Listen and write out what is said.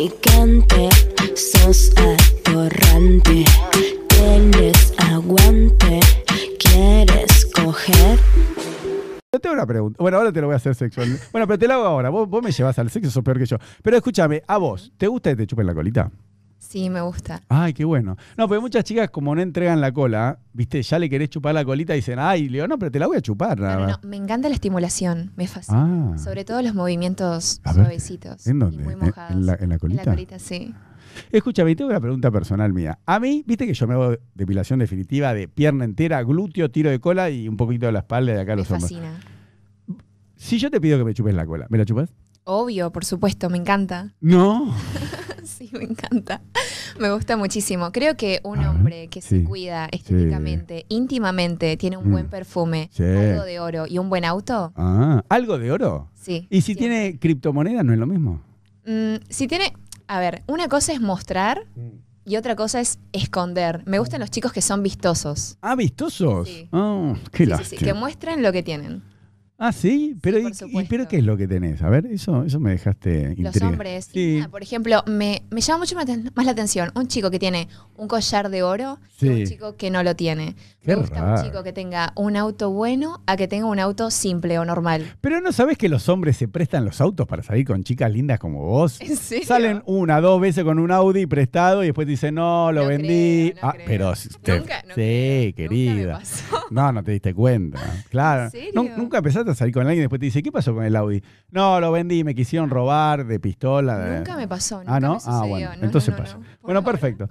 atorrante, sos atorrante. Tienes aguante, quieres coger. Yo tengo una pregunta. Bueno, ahora te lo voy a hacer sexual. Bueno, pero te la hago ahora. Vos, vos me llevas al sexo, sos peor que yo. Pero escúchame, a vos, ¿te gusta que te chupen la colita? Sí, me gusta. Ay, qué bueno. No, porque muchas chicas, como no entregan la cola, viste, ya le querés chupar la colita y dicen, ay, Leo, no, pero te la voy a chupar, No, nada no, más. no, me encanta la estimulación, me fascina. Ah, Sobre todo los movimientos A ver, suavecitos. ¿en y dónde? muy ¿En- en mojados. la- en la colita? sí. escúchame, tengo una pregunta personal mía. A mí, viste que yo me hago depilación definitiva de pierna entera, glúteo, tiro de cola y un poquito de la espalda y de acá a Me los hombros. fascina. Si yo te pido que me chupes la cola, ¿me la chupas? Obvio, por supuesto, me encanta. No. Sí, me encanta. Me gusta muchísimo. Creo que un A ver, hombre que sí, se cuida estéticamente, íntimamente, tiene un buen Mm. perfume, Sí. algo de oro y un buen auto, Ah, ¿algo de oro? sí. ¿Y si siempre. tiene criptomonedas no es lo mismo? Mm, si tiene. A ver, una cosa es mostrar y otra cosa es esconder. Me gustan los chicos que son vistosos. Ah, vistosos. Sí. Ah, qué Sí, sí, sí, lástima. que muestran lo que tienen. Ah, sí, pero, Sí, por y- y, supuesto. pero ¿qué es lo que tenés? A ver, eso, eso me dejaste intriga. Los hombres. y Sí. nada, por ejemplo, me, me llama mucho más ten- más la atención un chico que tiene un collar de oro y Sí. un chico que no lo tiene. Qué me gusta raro. un chico que tenga un auto bueno a que tenga un auto simple o normal. Pero ¿no sabés que los hombres se prestan los autos para salir con chicas lindas como vos? ¿En serio? Salen una, dos veces con un Audi prestado y después te dicen, no, lo No vendí. creo, no ah, creo. pero si usted- Nunca, sí, no creo, nunca me querida. pasó. No, no te diste cuenta. Claro. ¿En serio? Nun- Nunca empezaste a salir con alguien y después te dice, ¿qué pasó con el Audi? No, lo vendí, me quisieron robar de pistola. de- Nunca me pasó. Ah, nunca ¿no? me ah, sucedió. bueno. No, no, Entonces no, no. pasa. Por Bueno, favor. perfecto.